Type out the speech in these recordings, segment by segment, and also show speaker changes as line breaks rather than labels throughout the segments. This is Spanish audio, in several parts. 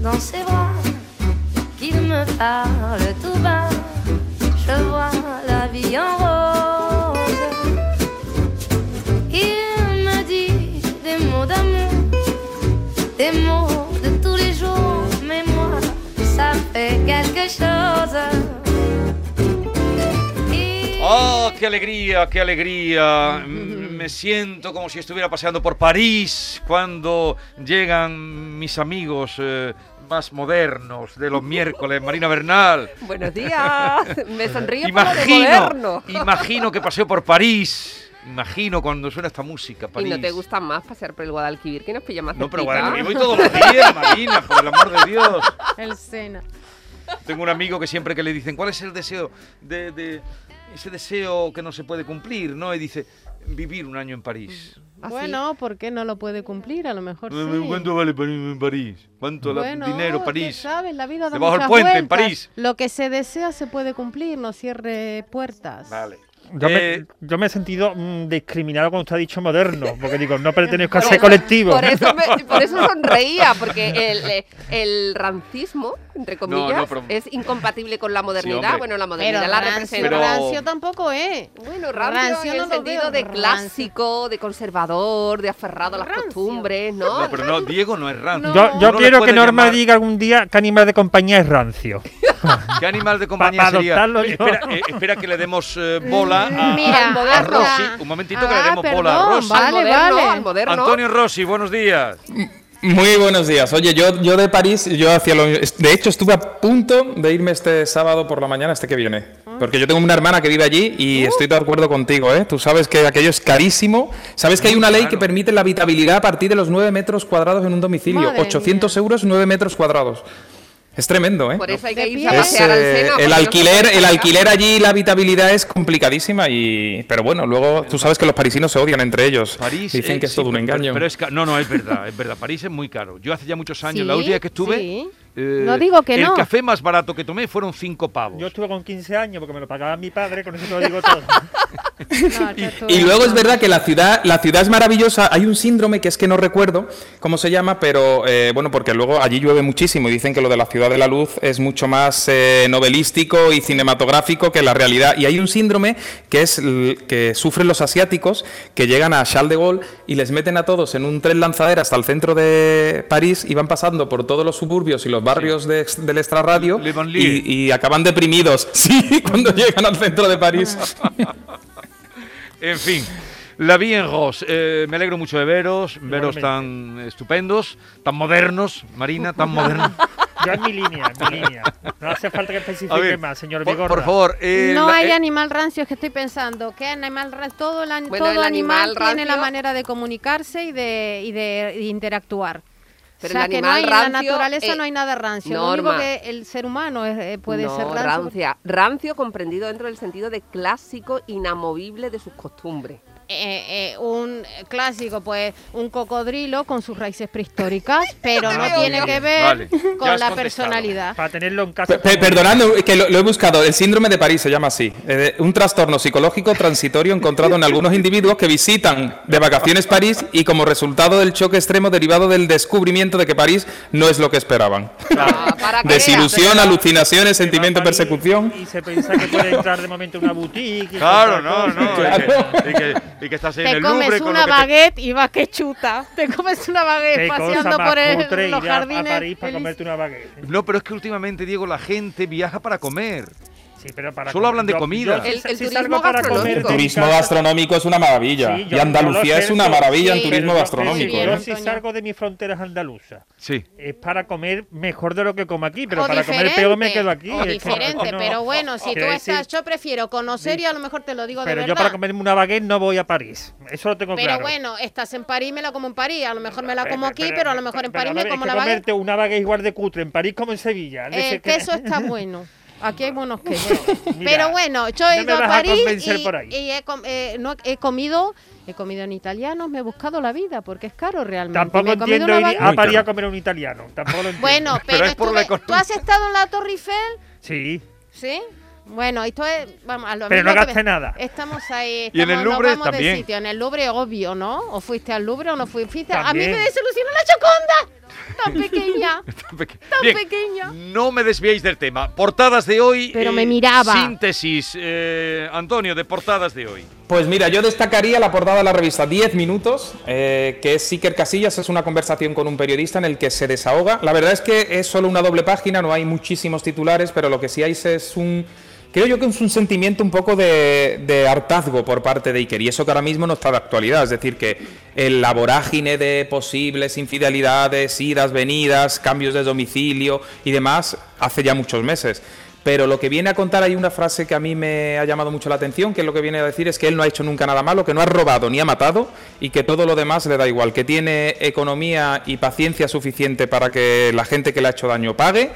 dans ses bras qu'il me parle tout bas. Je vois la vie en rose. Il me dit des mots d'amour, des mots de tous les jours, mais moi, ça me fait quelque chose. Il
¡Oh, qué alegría, qué alegría! M- Me siento como si estuviera paseando por París cuando llegan mis amigos eh, más modernos de los miércoles, Marina Bernal.
Buenos días. Me sonríe por lo de
Imagino,
moderno.
imagino que paseo por París. Imagino cuando suena esta música, París.
¿Y no te gusta más pasear por el Guadalquivir que nos pilla más
No, pero
cerquita?
Guadalquivir voy todos los días, Marina, por el amor de Dios.
El Sena.
Tengo un amigo que siempre que le dicen, ¿cuál es el deseo de, de- ese deseo que no se puede cumplir? ¿No? Y dice, vivir un año en París.
¿Ah, sí?
Bueno, ¿por qué no lo puede cumplir? A lo mejor Mm, sí.
vale en París? ¿Cuánto la-
Bueno,
dinero
¿qué
París?
sabes? La vida da
Debajo del
muchas
puente, en
vueltas.
París.
Lo que se desea se puede cumplir, no cierre puertas.
Vale.
Yo,
Eh,
me, yo me he sentido mm, discriminado cuando usted ha dicho moderno, porque digo, no pertenezco a ese
eso-
colectivo.
Por eso, me- por eso sonreía, porque el, eh, el rancismo, entre comillas,
no, pero-
es incompatible con la modernidad.
hombre.
bueno, la modernidad
Pero
la
rancio,
representa.
Pero-
rancio tampoco es.
bueno, rancio,
rancio
en
no
el
lo
sentido
veo,
de
rancio.
clásico, de conservador, de aferrado a las
Rancio.
costumbres, ¿no?
No, pero no, Diego no es rancio.
Yo,
No
yo
le
quiero que
puedes
Norma
llamar-
diga algún día que animal de compañía es rancio.
¿Qué animal de
Para
compañía sería?
adoptarlo yo.
Espera, eh, espera que le demos eh, bola a,
Mira, Ah,
a
moderno.
Rosy. Un momentito que le demos bola a
perdón,
Rosy.
Al
Vale,
moderno,
vale.
al moderno.
Antonio Rossi, buenos días.
Muy buenos días. Oye, yo, yo de París, yo hacia lo De hecho, estuve a punto de irme este sábado por la mañana, este que viene.
Ah.
Porque yo tengo una hermana que vive allí y
Uh.
estoy de acuerdo contigo, ¿eh? Tú sabes que aquello es carísimo. Sabes que hay una ley
claro.
que permite la habitabilidad a partir de los 9 metros cuadrados en un domicilio.
Madre
800 euros, 9 metros cuadrados. Es tremendo, ¿eh?
Por eso hay
De
que irse
pie.
a
Es,
pasear al
eh,
Sena. porque
el
no se
alquiler,
puede
el
pasear.
alquiler allí, la habitabilidad es complicadísima y, pero bueno, luego tú sabes que los parisinos se odian entre ellos.
París.
Dicen
eh,
que es
sí,
todo un
pero-
engaño.
Pero es ca- no, no, es verdad, es verdad. París es muy caro. Yo hace ya muchos años, la
Sí,
última que estuve.
sí.
eh,
No digo que
el
no.
café más barato que tomé fueron cinco pavos.
Yo estuve con 15 años porque me lo pagaba mi padre, con eso te lo digo todo.
No, esto es todo
Y luego es
una-
verdad que la ciudad, la ciudad es maravillosa. Hay un síndrome que es que no recuerdo cómo se llama, pero eh, bueno, porque luego allí llueve muchísimo. y Dicen que lo de la ciudad de la luz es mucho más eh, novelístico y cinematográfico que la realidad. Y hay un síndrome que es l- que sufren los asiáticos que llegan a Charles de Gaulle y les meten a todos en un tren lanzadera hasta el centro de París y van pasando por todos los suburbios y los barrios de ex- del extrarradio
Le Bon Lieu.
y, y acaban deprimidos. Sí, cuando llegan al centro de París.
En fin. La vi en Ross. Eh, me alegro mucho de veros, veros
Igualmente.
tan estupendos, tan modernos, Marina, tan modernos.
Yo es mi línea, es mi línea. No hace falta que
A ver,
especifique más, señor
por,
Vigor.
por favor. eh,
No
la-
hay
eh,
animal rancio, es que estoy pensando que animal ra- todo, el an-
Bueno,
todo
el
animal,
animal
tiene la
rancio-
manera de comunicarse y de, y de y de interactuar.
Pero
o sea,
el
que no hay,
animal
en la
rancio,
naturaleza
eh,
no hay nada rancio. Lo
Norma.
único que el ser humano es- eh, puede
no,
ser rancio.
rancia. Rancio comprendido dentro del sentido de clásico inamovible de sus costumbres.
Eh, eh, un clásico, pues un cocodrilo con sus raíces prehistóricas, pero no
Ah,
tiene
muy
que
bien.
ver
Vale, ya has
con la
contestado.
personalidad.
Para tenerlo en casa.
Pe- pe- Perdonadme, que lo, lo he buscado. El síndrome de París se llama así. Eh, un trastorno psicológico transitorio encontrado en algunos individuos que visitan de vacaciones París y como resultado del choque extremo derivado del descubrimiento de que París no es lo que esperaban.
Ah, para que
Desilusión,
veas.
alucinaciones, sentimiento de
Se va a París
persecución.
Y se piensa que puede entrar de momento en una boutique. y
Claro, no,
comprar
no.
cosas.
Y, que, y que- y que estás en
Te
el
comes
Louvre con lo
una
que te-
baguette y vas que chuta. Te comes una baguette
Qué cosa
paseando
más
por el-
cutre
los
ir a, a
jardines.
París para
del-
comerte una baguette.
No, pero es que últimamente, Diego, la gente viaja para comer.
Sí, pero para
Solo hablan de comida.
si
El-
sa-
el
si
turismo
salgo para comer
gastronómico.
de mi
Turismo
casa-
gastronómico es una maravilla.
Sí, yo-
y
yo
Andalucía
lo
es una
acepto.
maravilla
Sí,
en turismo
pero-
gastronómico.
sí,
¿eh?
Yo si
Antonio.
salgo de mis fronteras andaluzas
Sí.
es para comer mejor de lo que como aquí, pero
o
para comer peor me
diferente,
quedo aquí.
o
es que no-
diferente,
no-
pero bueno, si tú
Quiero decir,
estás, yo prefiero conocer y a lo mejor te lo digo de
Pero
verdad.
yo para comerme una baguette no voy a París. Eso lo tengo
pero
claro.
bueno, estás en París, me la como en París, a lo mejor me la
Pe-
como
pe-
aquí, pero, a lo mejor en
pero
París
a
me
ver, es
como
que
la baguette.
comerte una baguette igual de cutre en París como en Sevilla. es decir
El
que-
Eh, queso está bueno. Aquí hay buenos quesos.
mira,
Pero bueno, yo he
no me
ido a
vas a
París
convencer
y,
por ahí.
y he, com- eh, no, he comido he comido en italiano, me he buscado la vida porque es caro realmente.
Tampoco
Me he comido una
entiendo ir Ah,
baguette.
a
Muy
París
caro.
a comer a un italiano. Tampoco lo entiendo.
Bueno, pero,
Pero es por la
estuve- ¿tú
economía.
has estado en la Torre Eiffel?
Sí.
¿Sí? Bueno, esto es. Vamos, a lo
Pero
mismo
no
que
gasté
me-
nada.
Estamos ahí.
Y en el
estamos- nos
Louvre
vamos de
también.
sitio. En el Louvre, obvio, ¿no? O fuiste al Louvre o no fuiste. A mí
También.
me desilusionó la Choconda. tan pequeña.
Tan, peque-
Tan
Bien,
pequeña.
No me desviéis del tema. Portadas de hoy. eh,
Pero me miraba.
Síntesis, eh, Antonio, de portadas de hoy.
Pues mira, yo destacaría la portada de la revista 10 minutos, eh, que es Iker Casillas, es una conversación con un periodista en el que se desahoga. La verdad es que es solo una doble página, no hay muchísimos titulares, pero lo que sí hay es un... Creo yo que es un sentimiento un poco de, de hartazgo por parte de Iker, y eso que ahora mismo no está de actualidad, es decir, que el la vorágine de posibles infidelidades, idas, venidas, cambios de domicilio y demás, hace ya muchos meses. Pero lo que viene a contar hay una frase que a mí me ha llamado mucho la atención, que lo que viene a decir es que él no ha hecho nunca nada malo, que no ha robado ni ha matado y que todo lo demás le da igual, que tiene economía y paciencia suficiente para que la gente que le ha hecho daño pague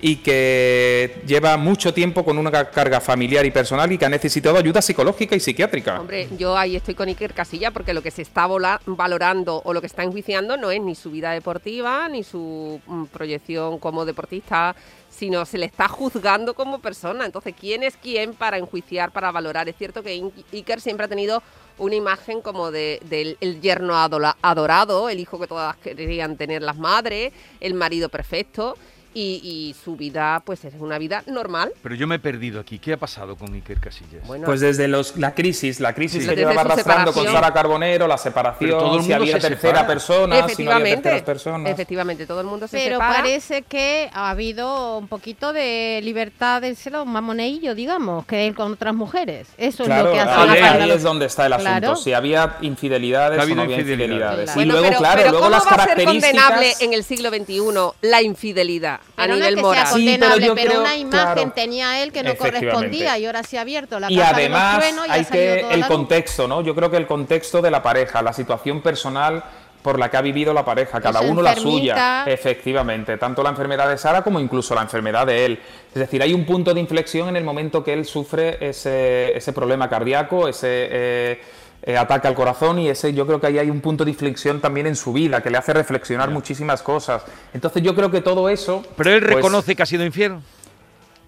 y que lleva mucho tiempo con una carga familiar y personal y que ha necesitado ayuda psicológica y psiquiátrica.
Hombre, yo ahí estoy con Iker Casilla porque lo que se está vola- valorando o lo que está enjuiciando no es ni su vida deportiva ni su mm, proyección como deportista, sino se le está juzgando como persona. Entonces, ¿quién es quién para enjuiciar, para valorar? Es cierto que In- Iker siempre ha tenido una imagen como de, del el yerno adola- adorado, el hijo que todas querían tener las madres, el marido perfecto. Y, y su vida, pues es una vida normal.
Pero yo me he perdido aquí. ¿Qué ha pasado con Iker Casillas?
Bueno,
Pues desde los, la crisis, la crisis
Sí.
que
Desde
llevaba
su
arrastrando con
separación.
Sara Carbonero,
Pero
la
todo el
separación, si
mundo
había
se
tercera
separa.
persona, si no había terceras
efectivamente,
personas.
efectivamente, todo el mundo se
Pero
separa.
parece que ha habido un poquito de libertad del celo, mamoneillo, digamos, que él con otras mujeres. Eso
Claro,
es lo que hace
ah,
la
ahí,
bien.
palabra.
ahí es donde está el asunto.
Claro.
Si había infidelidades
Ha
o
habido
no había
infidelidades.
infidelidades.
Claro.
Y
Bueno,
luego,
pero,
claro,
pero
luego
¿cómo
las
va a ser condenable
características.
en el siglo XXI la infidelidad a
Pero no es
nivel
que
moral?
sea
Sí, pero
condenable,
yo
pero,
creo-
una imagen
claro.
tenía él que no
Efectivamente.
correspondía y ahora se ha abierto la
Y
caja
además
de los truenos y ha
hay
salido
que
todo a
el
la luz.
contexto, ¿no? Yo creo que el contexto de la pareja, la situación personal por la que ha vivido la pareja, cada
Esa
uno la
enfermita.
suya, efectivamente, tanto la enfermedad de Sara como incluso la enfermedad de él. Es decir, hay un punto de inflexión en el momento que él sufre ese, ese problema cardíaco, ese eh, eh, ataque al corazón y ese, yo creo que ahí hay un punto de inflexión también en su vida que le hace reflexionar muchísimas cosas. Entonces yo creo que todo eso...
Pero él
pues,
reconoce que ha sido infiel.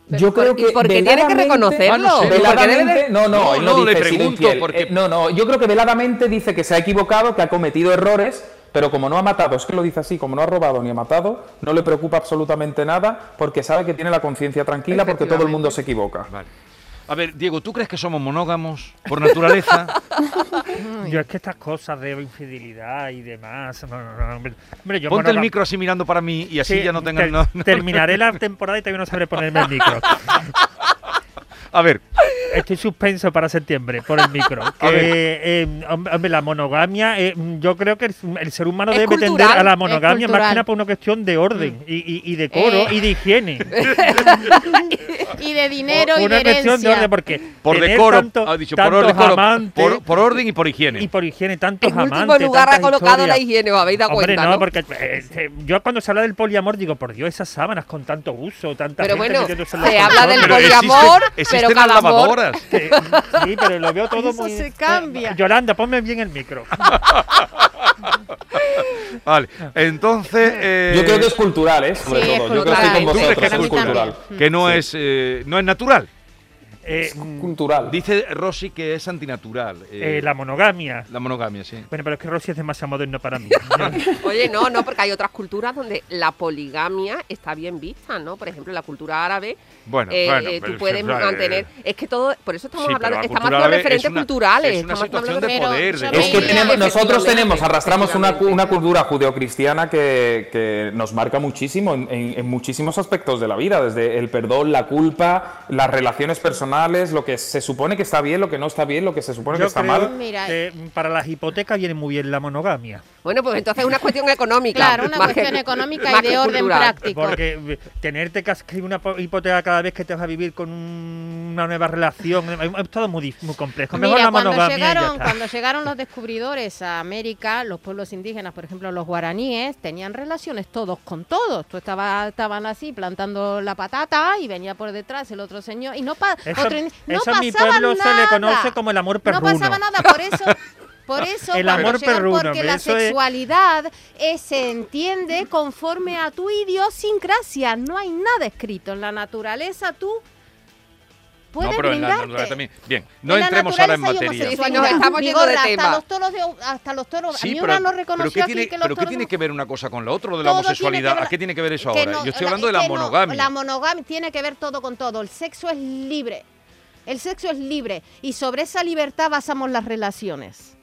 yo creo
¿Y
que.
por qué tiene que
veladamente-
reconocerlo?
Ah, no sé,
Veladamente-
porque-
no, no,
No,
él no,
no, le
dice, he sido
pregunto,
infiel.
porque-
Eh, no, no, yo creo que veladamente dice que se ha equivocado, que ha cometido errores, pero como no ha matado, es que lo dice así, como no ha robado ni ha matado, no le preocupa absolutamente nada porque sabe que tiene la conciencia tranquila porque todo el mundo se equivoca.
Vale. A ver, Diego, ¿tú crees que somos monógamos por naturaleza?
Yo es que estas cosas de infidelidad y demás. no, no, no, hombre, Hombre, yo
Ponte el
monógamo-
micro así mirando para mí y así
Sí,
ya no tengas...
ter-
no, no.
Terminaré la temporada y todavía no sabré ponerme el micro.
A ver,
Estoy suspenso para septiembre por el micro. Que,
ver.
eh, hom- hombre, la monogamia, eh, yo creo que el, el ser humano
Es
debe tender
cultural, Mm.
a la
es
monogamia más
cultural.
que nada por una cuestión de orden y, y- y de coro
Eh.
y de higiene.
Y de dinero y
una
de herencia.
cuestión de orden, porque
por
tener
decoro,
tanto-
ha dicho, por
tantos
orden, por-
amantes
por, por orden y por higiene.
y por higiene, tantos
en
amantes.
último lugar ha
tantas
colocado la
historias.
higiene, ¿os habéis dado
Hombre,
cuenta?
no,
¿no?
porque eh, eh, yo cuando se habla del poliamor digo, por Dios, esas sábanas con tanto uso, tanta
Pero
gente
bueno,
metiéndose en los
se habla del
colchones.
existe-
poliamor, pero
existen las
cada amor-
lavadoras.
Eh, Sí, pero lo veo todo
Eso
muy. eh,
se cambia.
Yolanda, ponme bien el micro.
Vale, entonces... eh,
Yo creo que es cultural, ¿eh? Sobre
Sí, es
todo. Yo creo que
cultural.
estoy con
¿tú crees que es
vosotros, es cultural.
también.
que no, es, eh, no es natural.
Eh,
Cultural.
Dice Rosy que es antinatural. eh,
eh, la monogamia.
la monogamia, sí.
Bueno, pero es que Rosy es demasiado moderno para mí.
Oye, no, no, porque hay otras culturas donde la poligamia está bien vista, ¿no? Por ejemplo, la cultura árabe,
Bueno,
eh,
bueno,
eh,
pero
tú puedes
es verdad,
mantener...
eh,
Es que todo... Por eso estamos
sí, pero
hablando...
la
Estamos
cultura árabe
hablando de
es
referentes
una-
culturales.
Es una
estamos hablando
situación de
pero
poder. de
yo
Es que
Efectivamente,
tenemos, nosotros tenemos,
efectivamente.
arrastramos una, cu- una cultura judeocristiana que, que nos marca muchísimo en, en- en muchísimos aspectos de la vida, desde el perdón, la culpa, las relaciones personales, lo que se supone que está bien, lo que no está bien, lo que se supone que
Yo
está
creo
mal.
Mira,
que mm, para las hipotecas viene muy bien la monogamia.
Bueno, pues entonces es una cuestión económica.
Claro, una
más que-
cuestión económica
más
y
que
de orden
cultural.
práctico.
Porque eh, tenerte que escribir una po- hipoteca cada vez que te vas a vivir con un- una nueva relación, eh, es todo muy, dif- muy complejo. Mejor
Mira,
la
cuando
monogamia. y ya
llegaron,
está.
cuando llegaron los descubridores a América, los pueblos indígenas, por ejemplo, los guaraníes, tenían relaciones todos con todos. Tú estaba, estaban así plantando la patata y venía por detrás el otro señor y no, pa-
Eso-
otro indi- no
eso
pasaba
en mi pueblo
nada.
se le conoce como el amor
No
perruno.
pasaba nada, por eso. Por eso,
El
cuando
amor
llegan,
perruno,
porque
hombre,
la
eso es-
sexualidad eh, se entiende conforme a tu idiosincrasia. No hay nada escrito en la naturaleza. Tú puede
no, pero en la
brindarte.
naturaleza también. Bien, no
la
entremos ahora en
naturaleza
materia.
hay
homosexual.
homosexualidad.
Sí, sí, nos estamos yendo
Vigorra,
de tema.
Hasta los toros, de- hasta los toros.
Sí,
a mí
pero,
una no
pero
reconoció
¿qué
aquí
tiene,
que los
pero ¿qué
toros
tiene
no-
que ver una cosa con la otra, lo de la
Todo tiene que
homosexualidad?
ver-
¿A qué tiene que ver eso
que
ahora?
no,
Yo estoy
la-
hablando de
es
la
que no,
monogamia.
la monogamia tiene que ver todo con todo. El sexo es libre. El sexo es libre. Y sobre esa libertad basamos las relaciones.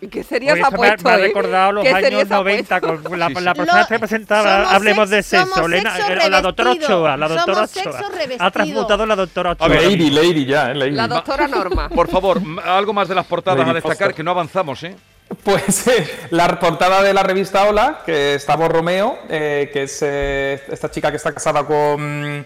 ¿Y qué sería
Oye,
esa
esto me, ha-
apuesta? eh?
me ha recordado
¿eh?
los años 90 con la,
Sí, sí.
la persona
pues. Lo-
que presentaba
somos
Hablemos de
sex-
Sexo,
somos
Elena,
sexo
era la doctora
revestido.
Ochoa, la doctora
Somos
Ochoa.
sexo
Ha
revestido.
transmutado la doctora Ochoa.
ver,
Lady, lady, ya, eh, lady.
La doctora Norma.
Por favor, m- algo más de las portadas
Lady
a destacar,
Foster.
que no avanzamos, ¿eh?
Pues eh, la portada de la revista Hola, que está Borromeo, eh, que es eh, esta chica que está casada con.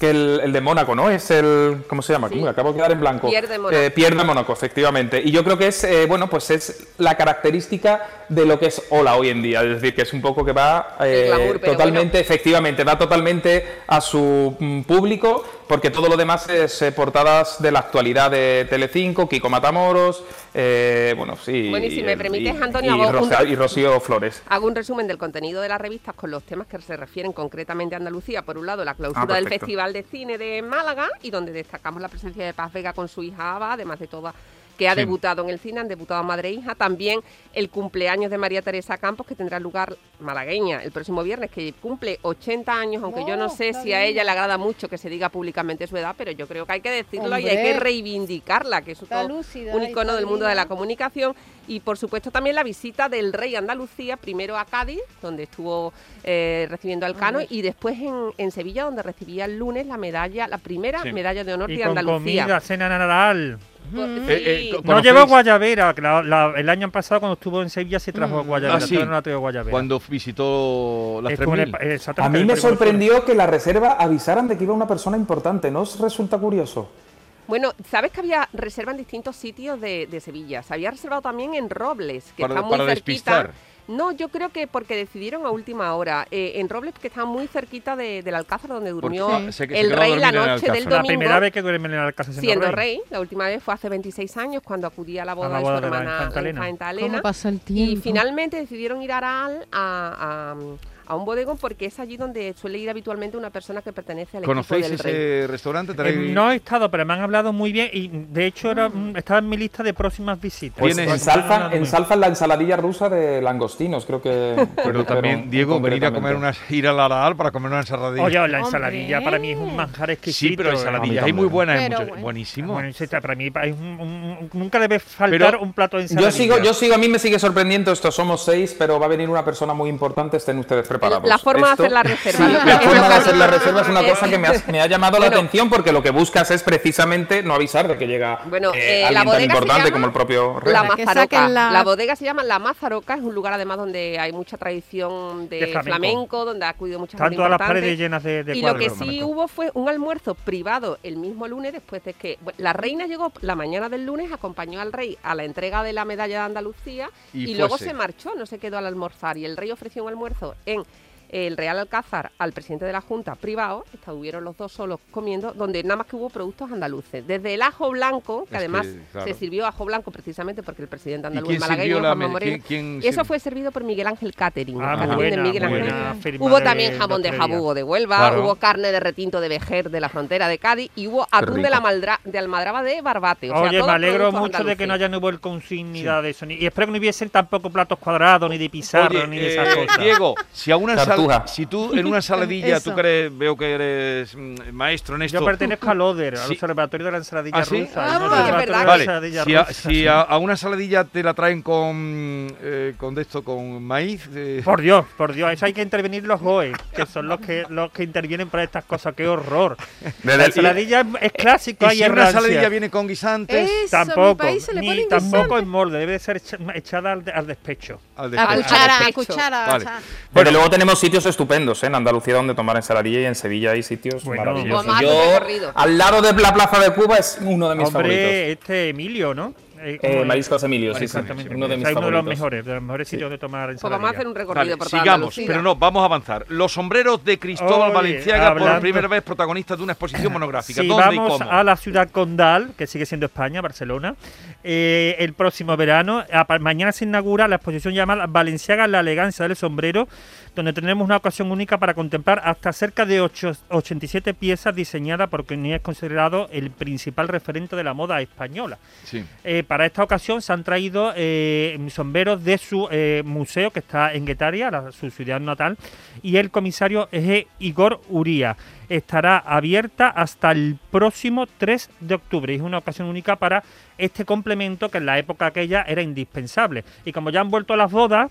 que el, el de Mónaco, ¿no? Es el. ¿Cómo se llama? Me acabo de quedar en blanco.
Pierre de Mónaco.
Eh, Pierre de Mónaco, efectivamente. Y yo creo que es, eh, bueno, pues es la característica de lo que es Hola hoy en día. Es decir, que es un poco que va eh,
El glamour, pero
totalmente,
bueno.
efectivamente, va totalmente a su mm, público, porque todo lo demás es eh, portadas de la actualidad de Telecinco, Kiko Matamoros, eh, bueno, sí,
Bueno, y si me
el-
permites,
y-
Antonio,
y,
hago un-
Rosa- y Rocío Flores.
Hago un resumen del contenido de las revistas con los temas que se refieren concretamente a Andalucía. Por un lado, la clausura
Ah,
del
perfecto.
Festival de Cine de Málaga y donde destacamos la presencia de Paz Vega con su hija Ava, además de toda que ha
Sí.
debutado en el cine, han debutado madre e hija. También el cumpleaños de María Teresa Campos, que tendrá lugar malagueña el próximo viernes, que cumple 80 años, aunque yo no
Oh,
sé
está
si a
bien.
ella le agrada mucho que se diga públicamente su edad, pero yo creo que hay que decirlo y hay
Hombre.
que reivindicarla, que es
Está
un-
lúcida
un
y
icono
está
del mundo de la
divina.
comunicación y por supuesto también la visita del rey a Andalucía, primero a Cádiz, donde estuvo eh, recibiendo al Cano, y después en, en Sevilla, donde recibía el lunes la medalla, la primera
Sí.
medalla de honor
Y
de
con
Andalucía.
comida, cena natal.
Por-
Mm.
sí.
Eh, eh, co-
No
¿Conocéis?
llevó guayabera, que la- la- el año pasado cuando estuvo en Sevilla se trajo
Mm.
guayabera,
Ah, sí.
entonces no la trajo guayabera.
Cuando visitó las
Estuvo en el
3000.
pa-
A
exactamente, en
mí
el
me
Parque Cultura.
sorprendió que la reserva avisaran de que iba una persona importante, ¿no os resulta curioso?
Bueno, sabes que había reserva en distintos sitios de, de Sevilla. Se había reservado también en Robles, que
Para-
está muy
para
cerquita.
despistar.
No, yo creo que porque decidieron a última hora. eh, en Robles, que está muy cerquita de- del Alcázar, donde
Porque
durmió
se- se
el
quedó a
rey la
dormir en el
noche del
Alcázar.
domingo.
La primera vez que duermen en el alcázar
siendo rey. La última vez fue hace 26 años cuando acudí a la boda,
la boda
de su
de la
hermana
infanta Elena.
¿Cómo pasa el
Y
tiempo?
finalmente decidieron ir a Aral a, a- a un bodegón porque es allí donde suele ir habitualmente una persona que pertenece al
¿Conocéis
equipo del rey.
ese restaurante?
Eh,
¿Tenéis-
no he estado, pero me han hablado muy bien y de hecho era, mm, estaba en mi lista de próximas visitas.
Pues
Tienes-
en Salfa, en Salfa la ensaladilla rusa de langostinos, creo que... creo
Pero
que
también,
fueron
Diego, venir a comer
concretamente.
unas, ir a la Araal para comer una ensaladilla.
Oye, la ensaladilla
Hombre.
para mí es un manjar exquisito.
sí, pero ensaladilla
eh.
hay muy buena, hay
Pero
muchas-
bueno.
buenísimo.
Bueno, sí, está, para mí es un- un- un- nunca debe faltar
Pero
un plato de ensaladilla.
Yo sigo, yo sigo, a mí me sigue sorprendiendo esto, somos seis, pero va a venir una persona muy importante, estén ustedes preparados.
La forma de
Esto-
hacer la reserva.
Sí,
Lo que
la
es
forma de
una-
hacer la reserva es una cosa que me ha, me ha llamado la
Bueno.
atención porque lo que buscas es precisamente no avisar de que llega
Bueno, eh,
eh,
la
alguien tan
bodega
importante
se llama
como el propio rey.
La
Que
Mazaroca.
saquen
La...
la-
bodega se llama La Mazaroca, es un lugar además donde hay mucha tradición de,
De
flamenco.
flamenco.
donde ha acudido mucha
Están
gente
todas las
importante.
paredes llenas de, de
y lo
cuadros
que
de
sí
flamenco.
hubo fue un almuerzo privado el mismo lunes después de que bueno, la reina llegó la mañana del lunes, acompañó al rey a la entrega de la medalla de Andalucía y,
Y
luego
fuese.
se marchó, no se quedó al almorzar y el rey ofreció un almuerzo en el Real Alcázar al presidente de la Junta privado, estuvieron los dos solos comiendo, donde nada más que hubo productos andaluces, desde el ajo blanco, que
Es
además
que, claro.
se sirvió ajo blanco precisamente porque el presidente andaluz
quién
malagueño
sirvió la
Juanma
me-
Moreno,
quién- quién
eso
sirvió?
fue servido por Miguel Ángel Catering,
Ah,
catering
muy
de
buena,
Miguel
muy
Ángel.
buena firma
Hubo
de-
también
de
jamón de
hostelería.
jabugo de Huelva,
Claro.
hubo carne de retinto de Vejer de la frontera de Cádiz y hubo atún de,
rico.
la Maldra- de Almadraba de Barbate. O sea,
Oye,
todos
me alegro
productos
mucho de que no
andaluces.
haya nubel con sin ni nada de eso. ni- Y espero que no hubiesen tampoco platos cuadrados, ni de pizarra,
Oye,
ni de esas
eh,
cosas.
Diego, si, a una ensal-
Cartuja.
si tú en una ensaladilla, tú
Eso.
que eres- veo que eres mm, maestro en esto.
Yo pertenezco al ODER, al
Sí.
Observatorio de la Ensaladilla
¿Ah, sí?
Rusa.
Ah,
al
es
Observatorio
verdad.
de la
Vale,
Ensaladilla
si, a,
Rusa,
si
sí.
a- a una ensaladilla te la traen con, eh, con de esto, con maíz, eh,
Por Dios, por Dios, eso hay que intervenir los GOE, que son los que los que intervienen para estas cosas. ¡Qué horror!
Desde
la
el-
ensaladilla es- es
y
clásico, hay
si una
errancia.
ensaladilla viene con guisantes,
Eso, a mi
Tampoco,
país se le pone
ni
guisante.
tampoco es molde, debe de ser echa- echada al, de- al despecho.
al
A
despecho.
cuchara, a
despecho.
cuchara.
Vale.
o sea,
Pero luego tenemos sitios estupendos ¿eh? en Andalucía donde tomar ensaladilla y en Sevilla hay sitios
Bueno. pues
maravillosos.
Vamos a hacer
Yo,
recorrido.
al lado de la Plaza de Cuba es uno de mis
Hombre,
favoritos.
este Emilio, ¿no? eh, ¿cómo
Eh,
es?
Mariscos Emilio, sí,
Mariscos
sí,
Emilio.
uno de
Es
mis
uno de los
favoritos.
mejores, de los mejores sitios de tomar
Pues vamos a hacer
ensaladilla.
un recorrido
Vale,
por toda
sigamos,
Andalucía.
pero no, vamos a avanzar. Los sombreros de Cristóbal
Oye,
Valenciaga por
hablando-
primera vez protagonistas de una exposición monográfica.
Si
¿Dónde y
vamos
cómo?
a la ciudad condal, que sigue siendo España, Barcelona, eh, el próximo verano, a pa- mañana se inaugura la exposición llamada Valenciaga, la elegancia del sombrero, donde tenemos una ocasión única para contemplar hasta cerca de ocho- 87 piezas diseñadas por quien es considerado el principal referente de la moda española.
Sí.
Eh, para esta ocasión se han traído eh, sombreros de su eh, museo que está en Guetaria, la- su ciudad natal, y el comisario es eh, Igor Uría. Estará abierta hasta el próximo 3 de octubre. y Es una ocasión única para este complemento que en la época aquella era indispensable. Y como ya han vuelto las bodas,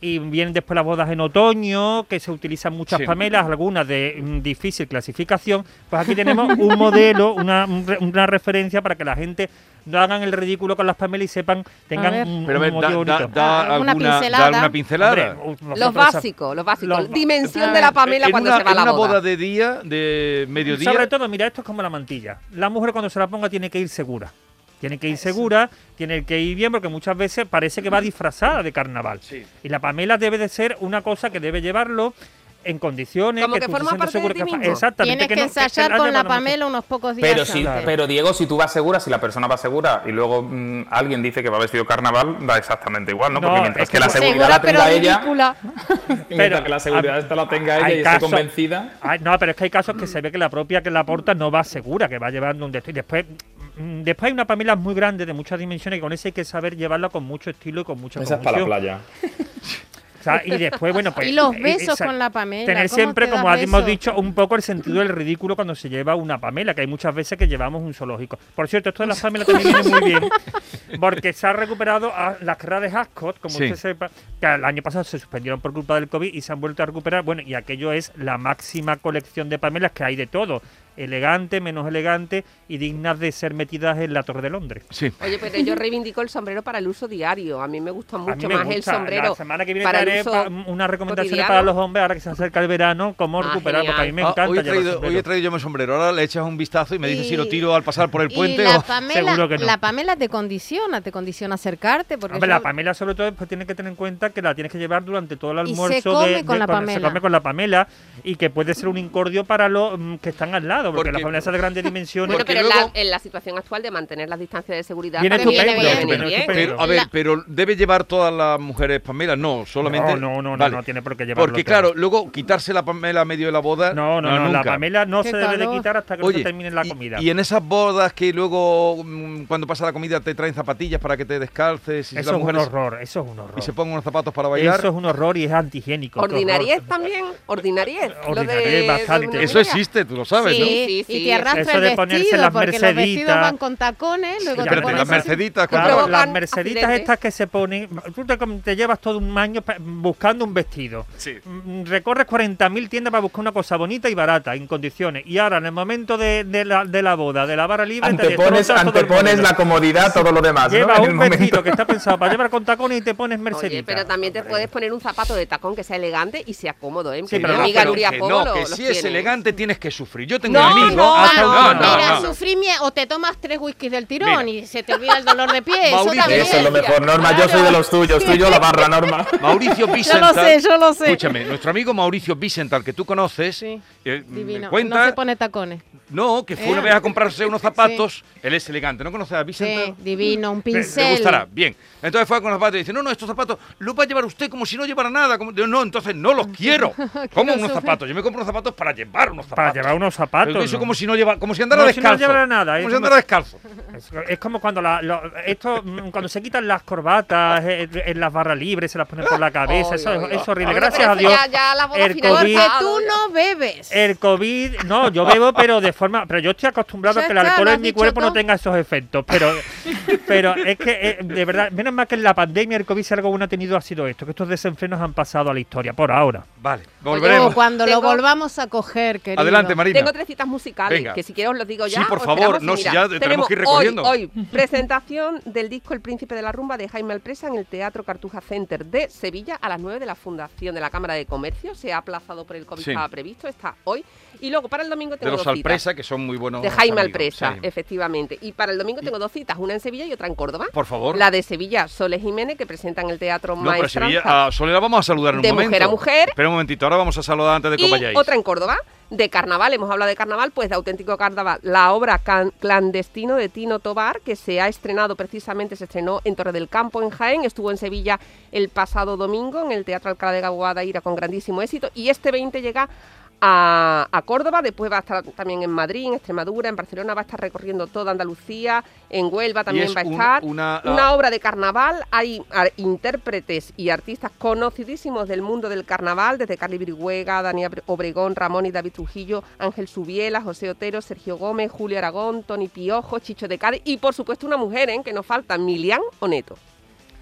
y vienen después las bodas en otoño, que se utilizan muchas
Sí.
pamelas, algunas de mm, difícil clasificación, pues aquí tenemos un modelo, una, un re- una referencia para que la gente no hagan el ridículo con las pamelas y sepan,
ver.
tengan un,
Pero a
un
ver, da,
motivo
da-
bonito.
da
Ah, alguna
alguna, da
pincelada.
alguna pincelada. Eh,
Hombre, u-
Los
nosotros-
básicos, los básicos.
Los ba-
Dimensión de la Pamela
en
cuando
una,
se va a
en
la
una
boda.
de día, de mediodía.
Sobre todo, mira, esto es como la mantilla. La mujer cuando se la ponga tiene que ir segura. Tiene que ir segura, tiene que ir bien, porque muchas veces parece que va disfrazada de carnaval.
Sí.
Y la Pamela debe de ser una cosa que debe llevarlo en condiciones
Como que
tú
forma
sientas
parte de ti
que fa-
mismo.
Exactamente.
Tienes que,
no- se
ensayar
la
con la
llevan a
Pamela unos pocos días
Pero, si,
antes.
pero Diego, si tú vas segura, si la persona va segura y luego mm, alguien dice que va vestido carnaval, da exactamente igual, ¿no?
No,
Porque mientras
es
que
que
la
por-
seguridad
Segura
la
pero
tenga ella,
ridícula.
mientras que
a-
la seguridad esta la tenga ella
hay
y esté
casos-
convencida.
Ay, no, pero es que hay casos que se ve que la propia que la porta no va segura, que va llevando un de esto. Y después, mm, después hay una Pamela muy grande, de muchas dimensiones, que con esa hay que saber llevarla con mucho estilo y con mucha
Esa es para la
convicción.
playa.
O sea, y después, bueno, pues.
Y los
eh,
besos
esa-
con la Pamela,
Tener
¿cómo
siempre,
te
como
das
hemos
besos?
dicho, un poco el sentido del ridículo cuando se lleva una Pamela, que hay muchas veces que llevamos un zoológico. Por cierto, esto de las Pamela también viene muy bien, porque se ha recuperado a las carreras de Ascot, como
Sí.
usted sepa, que el año pasado se suspendieron por culpa del COVID y se han vuelto a recuperar. Bueno, y aquello es la máxima colección de Pamelas que hay de todo: elegante, menos elegante y dignas de ser metidas en la Torre de Londres.
Sí.
Oye, pero yo reivindico el sombrero para el uso diario. A mí me gusta
A mí
mucho
me
más el
gusta.
sombrero.
La semana que viene
para el
traeré
uso
pa- unas recomendaciones
cotidiano.
para los hombres ahora que se acerca el verano, cómo
Ah,
recuperar, porque a mí
genial.
me
Ah,
encanta
hoy, he
llevar
traído, hoy
sombrero.
he traído yo mi sombrero. Ahora le echas un vistazo y me dices
Y-
si lo tiro al pasar por el
Y
puente oh,
la
o.
Seguro
Pamela,
que no.
la Pamela te condiciona, te condiciona a acercarte. Porque
Hombre,
yo-
la Pamela sobre todo pues, tiene que tener en cuenta que la tienes que llevar durante todo el
Y se
almuerzo
come
de, de-
con la
cuando se
Pamela.
come con la Pamela y que puede ser un incordio para los mm, que están al lado, porque,
Porque-
las Pamela es de grandes dimensiones.
Bueno,
Porque
pero en la-
luego-
en, la, situación actual de mantener las distancias de seguridad
Viene
también
estupendo,
puede venir
estupendo,
bien.
estupendo.
Pero, a ver, pero debe llevar todas las mujeres Pamela, no, solamente.
No, no, no, no, no tiene por qué llevarlo
Porque
todo.
claro, luego quitarse la Pamela a medio de la boda.
no, no, no, la
nunca.
Pamela no
Qué
se debe de
calor.
quitar hasta que no se termine la
y-
comida.
Y, en esas bodas que luego, mm, cuando pasa la comida, te traen zapatillas para que te descalces y
eso
las
es un
mujeres
horror, eso es un horror.
y se pongan unos zapatos para bailar.
Eso es un horror y es antihigiénico. qué horror.
Ordinariez también, ordinariez. Lo de-
Ordinariez,
de
bastante.
una
Eso
manera.
existe, tú lo sabes,
Sí,
¿no?
Sí, sí,
y
sí.
te arrastra
Eso de
el
ponerse
vestido,
las
porque los vestidos
merceditas.
van con tacones, luego
ya,
te
pero
Espérate,
pones
las
eso-
así.
merceditas, claro.
Claro,
provocan
las merceditas
accidentes.
estas que se ponen, tú te, com- te llevas todo un año pa- buscando un vestido.
Sí.
Mm, Recorres 40.000 tiendas para buscar una cosa bonita y barata, en condiciones. Y ahora, en el momento de, de la, de la boda, de la vara libre, te
Antepones,
destrozas todo el
antepones
modelo.
la comodidad a todo lo demás, ¿no?
Llevas
En el
un
momento.
vestido que está pensado para llevar con tacones y te pones merceditas.
Oye, pero también te puedes poner un zapato de tacón que sea elegante y sea cómodo, ¿eh?
Sí,
Mi
pero no,
amiga
pero
Nuria
que
Cobo
no,
lo-
que
los
si es
tiene.
elegante tienes que sufrir. Yo tengo
No,
un amigo.
no,
hasta
no,
un- no,
mira,
no.
sufrí mie- o te tomas tres whiskies del tirón y se te olvida el dolor de pie. eso
Mauricio,
también.
Eso es lo mejor, Norma. Yo soy de los tuyos, tuyo la barra, Norma.
Mauricio
Yo lo
Vicental.
sé, yo lo sé.
Escúchame, nuestro amigo Mauricio Vicental, que tú conoces,
Sí,
eh, me
Divino.
cuenta,
No se pone tacones.
no, que fue una
Eh.
vez a comprarse unos zapatos, él es elegante, ¿no conoces a Vicental?
Sí, divino, un
Le-
pincel.
Le gustará, bien. Entonces fue con los zapatos y dice, no, no, estos zapatos los va a llevar usted como si no llevara nada. como- Digo, No, entonces no los quiero. ¿Cómo
los
unos
sufre.
zapatos? Yo me compro unos zapatos para llevar unos zapatos.
Para llevar unos zapatos.
Pero eso
¿no?
como si no lleva, como si andara
No, si no
descalzo.
llevara nada,
Como
es
si
como-
andara descalzo.
Es, es como cuando la- lo- esto, mm, cuando se quitan las corbatas eh, en, las barras libres, se las ponen por la cabeza.
Oy,
eso es-
oy,
es
oy.
horrible.
Bueno,
Gracias
pero
a
eso
Dios.
ya- ya la boda
el
final-
COVID,
Porque tú no bebes.
el COVID, no, yo bebo, pero de forma. Pero yo estoy acostumbrado
Ya
a que el
está,
alcohol
lo has
en mi
dicho
cuerpo no
todo.
tenga esos efectos. Pero, pero es que, eh, de verdad, menos mal que en la pandemia el COVID, si algo bueno ha tenido, ha sido esto: que estos desenfrenos han pasado a la historia, por ahora.
Vale,
Pues
volveremos.
yo, cuando lo
Tengo-
volvamos a coger, querido.
Adelante, Marina.
Tengo tres citas musicales,
Venga.
que si quiero os los digo
Sí,
ya.
por
o
favor,
esperamos y
no, si
mira,
ya tenemos que ir recorriendo.
Hoy, hoy, presentación del disco El Príncipe de la Rumba de Jaime Alpresa en el Teatro Cartuja Center de Sevilla a las 9 de la Fundación de la Cámara de Comercio. Se ha aplazado por el COVID,
Sí.
estaba previsto, está hoy. Y luego para el domingo
De
tengo
los
dos citas.
Alpresa, que son muy buenos.
De Jaime
amigos,
Alpresa,
sí.
efectivamente. Y para el domingo tengo dos citas, una en Sevilla y otra en Córdoba.
Por favor.
La de Sevilla, Soles Jiménez, que presenta en el Teatro
No, pero
Maestranza.
Sevilla, ah, a Sole la vamos a saludar en
De
un momento.
mujer a mujer.
Espera un momentito, ahora vamos a saludar antes de que os
y
vayáis.
otra en Córdoba, de carnaval, hemos hablado de carnaval, pues de auténtico carnaval, la obra Can- Clandestino de Tino Tobar, que se ha estrenado precisamente, se estrenó en Torre del Campo, en Jaén, estuvo en Sevilla el pasado domingo, en el Teatro Alcalá de Guadaira, con grandísimo éxito, y este 20 llega a, a Córdoba, después va a estar también en Madrid, en Extremadura, en Barcelona, va a estar recorriendo toda Andalucía, en Huelva también
es
va a
un-
estar.
ah,
una-
obra de carnaval, hay ar- intérpretes y artistas conocidísimos del mundo del carnaval, desde Carly Brihuega, Dani Abre- Obregón, Ramón y David Trujillo, Ángel Subiela, José Otero, Sergio Gómez, Julio Aragón, Tony Piojo, Chicho de Cádiz y por supuesto una mujer ¿eh? que nos falta, Milian Oneto.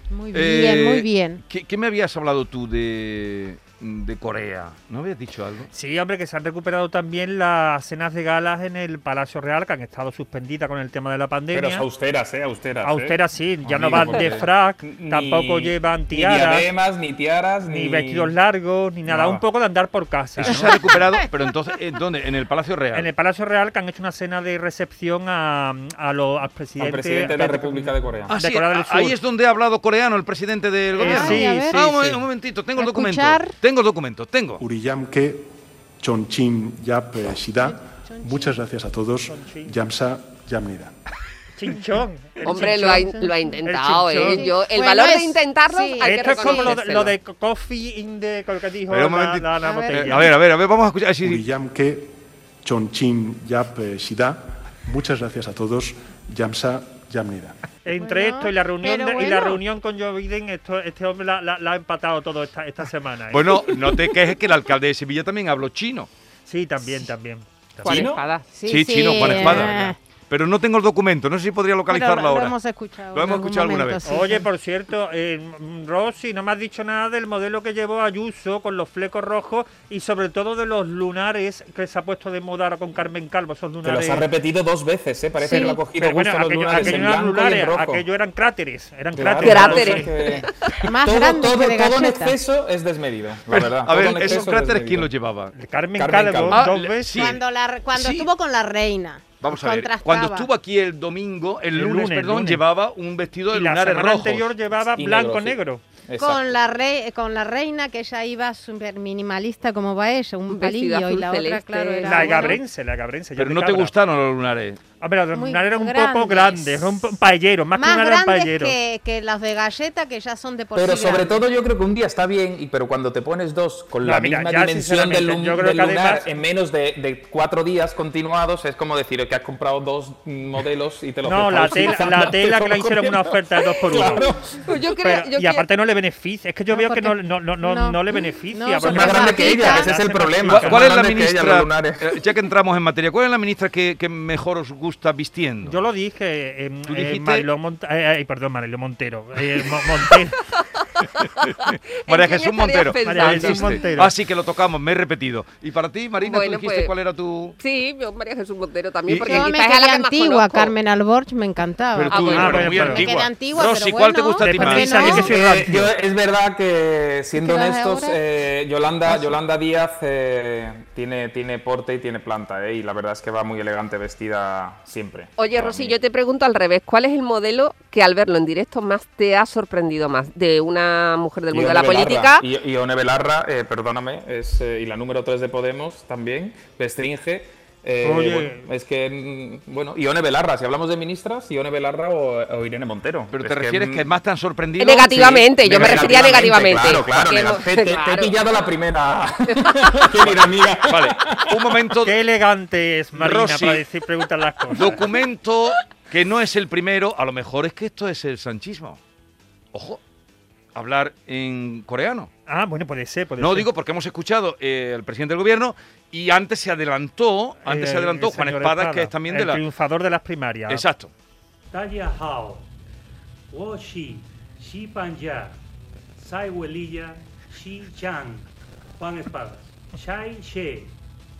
Muy bien,
Eh,
muy bien.
¿qué, qué me habías hablado tú de, de Corea? ¿No habías dicho algo?
Sí, hombre, que se han recuperado también las cenas de galas en el Palacio Real, que han estado suspendidas con el tema de la
Pero
pandemia.
austeras, ¿eh? Austeras. ¿eh?
Austeras sí, ya no
Amigo,
van
porque
de frac,
Ni-
tampoco llevan
Ni
tiaras, ni,
diademas, ni tiaras, ni.
vestidos largos, ni nada,
Nada.
un poco de andar por casa.
Eso
¿no?
se ha recuperado, pero entonces, ¿en ¿dónde? ¿En el Palacio Real?
En el Palacio Real que han hecho una cena de recepción a, a los al presidente,
Al presidente de la República de Corea.
Ah,
de
sí,
Corea del
a- ahí
Sur. Eh,
es donde ha hablado coreano el presidente del gobierno.
sí,
Ay, a ver.
sí,
Ah, un,
sí.
un momentito, tengo el
A
documento.
escuchar.
Tengo el documento, tengo.
Uriyamke, Chonchin, Yap, eh, Shida. Muchas gracias a todos.
Chonchin.
Yamsa, Yamnida.
Chinchón. el
Hombre, lo ha,
chinchón.
in- lo ha intentado,
El chinchón.
¿eh? Yo- el
Bueno,
valor de
es-
intentarlo
sí.
hay que
Esto es como lo de,
reconocérselo.
lo de co- Coffee in the... Lo que dijo
Pero
la,
un momentito.
la- la
A ver.
botella.
Eh, a ver, a ver, a ver, vamos a escuchar. Ah, sí, sí.
Uriyamke, Chonchin, Yap, eh, Shida. Muchas gracias a todos. Yamsa, Yamnida.
Entre
Bueno,
esto y la reunión
pero
de- y la
bueno.
reunión con Joe Biden, esto, este hombre la, la- la ha empatado todo esta, esta semana. ¿eh?
Bueno, no te quejes que el alcalde de Sevilla también habló chino.
sí, también, también. también.
Juan
¿Chino?
Espadas.
Sí,
chino, Juan
eh,
Espada. Pero no tengo el documento, no sé si podría
pero
localizarlo
lo,
ahora.
Lo hemos escuchado.
Lo hemos
en algún
escuchado alguna
momento,
vez.
sí,
Oye,
sí.
por cierto, eh, mm, Rosy, no me has dicho nada del modelo que llevó Ayuso con los flecos rojos y sobre todo de los lunares que se ha puesto de moda ahora con Carmen Calvo, esos
Que
lunares.
los ha repetido dos veces, ¿eh? Parece
Sí.
que le ha cogido
Pero bueno,
gusto a los
aquello,
lunares
aquello
en
no eran
blanco y
lunares,
en rojo.
aquello eran cráteres, eran
Claro,
cráteres.
Cráteres.
entonces que-
Más
todo,
grande
todo,
que de
todo en
galleta.
exceso es desmedido, la verdad.
a
Todo en
ver,
exceso
esos
es
cráteres,
desmedido.
¿quién los llevaba?
Carmen,
Carmen
Calvo,
Calvo.
dos
Ah,
veces.
sí.
Cuando, la, cuando
Sí.
estuvo con la reina.
Vamos a ver,
contrastaba.
cuando estuvo aquí el domingo, el,
El
lunes,
lunes,
perdón,
lunes.
llevaba un vestido de
Y la
lunares
semana
rojos.
anterior llevaba
Y
blanco-negro.
sí. Exacto.
con la rey, con la reina que ella iba súper minimalista como va ella, un
Un vestido
palillo y
azul
la otra
celeste.
claro era
La
bueno.
gabrense, la gabrense.
Pero no te
gusta
gustaron los lunares.
Hombre, Ah, los
Muy
lunares eran un
grandes.
poco grandes, era un pa- un paellero, más, que
más
un gran
grandes
paellero.
que, que las de galleta que ya son de por
Pero
sí
sobre
grandes.
todo yo creo que un día está bien, y pero cuando te pones dos con
No,
la
mira,
misma
ya
dimensión del,
sinceramente,
lun-
yo creo
del
que
lunar
además-
en menos de, de cuatro días continuados, es como decir que has comprado dos modelos y te los
No,
estás
la tela,
utilizando.
la tela que la hicieron una oferta de dos por uno.
Claro.
Pues yo creo-
Pero-
yo
y
creo-
aparte no le beneficia. Es que yo
No,
veo que no,
porque-
no, no, no,
no.
no le beneficia.
No, son
Son
porque
más
no-
grandes que ella, que ese es el
Son más
problema.
¿Cuál,
chicas. Claro,
son
cuál
más
es la
grandes que ella, los
ministra,
lunares.
eh, ya que entramos en materia, cuál es la ministra que, que mejor os gusta vistiendo?
Yo lo dije, em,
Tú
eh,
dijiste-
Mariló Mont- eh, eh, perdón, Mariló Montero. eh, Mo- Montero.
María
¿En quién
Jesús
estarías
Montero.
pensando?
María Jesús Montero.
Ah, sí, que lo tocamos, me he repetido. Y para ti, Marina,
Bueno,
tú dijiste
pues-
cuál era tu...
Sí, yo María Jesús Montero
Y-
también, porque
y-
Yo
quizás
me
es a la
quedé
que más
antigua,
conozco.
Carmen Alborch me encantaba.
Pero tú,
Ah, bueno,
pero
bueno,
muy
pero-
antigua.
Me quedé antigua,
Rosy,
pero
¿cuál te
bueno.
gusta a ti
Depende
más?
de esa
¿Por qué no?
que soy
Eh,
rancio.
yo- es verdad que, siendo
¿Te vas
honestos,
ahora?
eh, Yolanda, Yolanda Díaz eh, tiene, tiene porte y tiene planta, eh, y la verdad es que va muy elegante vestida siempre.
Oye,
Para
Rosy,
mí.
yo te pregunto al revés, ¿cuál es el modelo que al verlo en directo más te ha sorprendido más? De una mujer del mundo de la
Ione
política.
Belarra, I- Ione Belarra, eh, perdóname, es, eh, y la número 3 de Podemos también, restringe. eh,
Oye.
bueno, es que, mm, bueno, Ione Belarra, si hablamos de ministras, Ione Belarra o, o Irene Montero.
Pero
Es
te refieres
mm,
que más te han sorprendido...
Negativamente, yo me refería negativamente.
Claro, claro,
Porque
nega-
hemos-
te, te- te he
claro.
pillado la primera. Qué mira, amiga.
Vale, un momento,
Qué elegante es Marina
Rosy.
para decir preguntar las cosas.
documento que no es el primero, a lo mejor es que esto es el sanchismo. Ojo, hablar en coreano.
Ah, bueno, puede ser, puede
No
ser.
digo porque hemos escuchado eh, al presidente del gobierno y antes se adelantó, antes se
Eh,
adelantó
el
Juan
señor
Espadas,
Espada,
que es también
el
de la...
triunfador de las primarias.
Exacto.
Dalia Hao, Wo Shi, Shi Pan Ya, Sai Welia, Shi Yang, Juan Espadas. Shai She,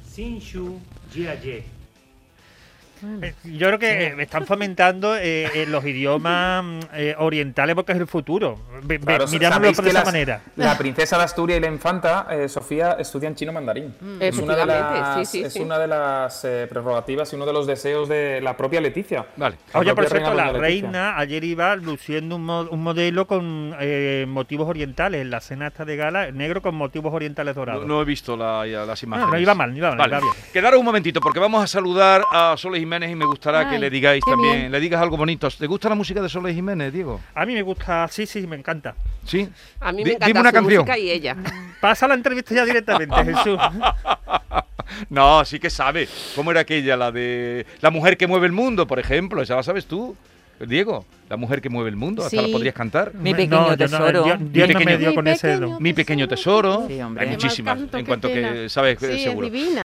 Sin Shu, Jia Ye.
Eh, Yo creo que eh, me están fomentando eh, eh, los idiomas mm, eh, orientales porque es el futuro. Ve- ve-
Claro,
mirándolo
sabéis
por
que
esa
las-
manera.
La princesa de Asturias y la infanta, eh, Sofía, estudian chino mandarín. Es una de
Mm. Efectivamente,
las,
sí, sí,
es
sí.
una de las eh, prerrogativas y uno de los deseos de la propia Leticia.
Vale.
La
Oye, por
propia
cierto,
doña
la
Leticia.
reina ayer iba luciendo un, mo- un modelo con eh, motivos orientales. En la cena esta de gala, negro con motivos orientales
No,
dorados.
no he visto la- ya las imágenes.
Ah, no iba mal, no iba mal,
Vale.
iba bien.
Quedaros un momentito porque vamos a saludar a Soles Jiménez y me gustará que
Ay,
le digáis
qué
también,
bien.
le digas algo bonito. ¿Te gusta la música de Soles Jiménez, Diego?
A mí me gusta, sí, sí, me encanta.
Sí.
A mí
Di-
me encanta
dime una
su
canción.
música y ella.
Pasa la entrevista ya directamente, Jesús.
No, sí que sabe. ¿Cómo era aquella? La de La mujer que mueve el mundo, por ejemplo. Esa la sabes tú, Diego. La mujer que mueve el mundo. Hasta la
Sí.
podrías cantar.
Mi
No,
pequeño
yo no,
tesoro.
Dios,
Mi
Dios no me
pequeño-
dio con ese
Mi
don.
Mi pequeño tesoro.
Sí, hombre.
Hay
Qué mal
muchísimas.
canto,
en
qué
cuanto que
pena.
sabes,
Sí,
eh,
es
seguro.
divina.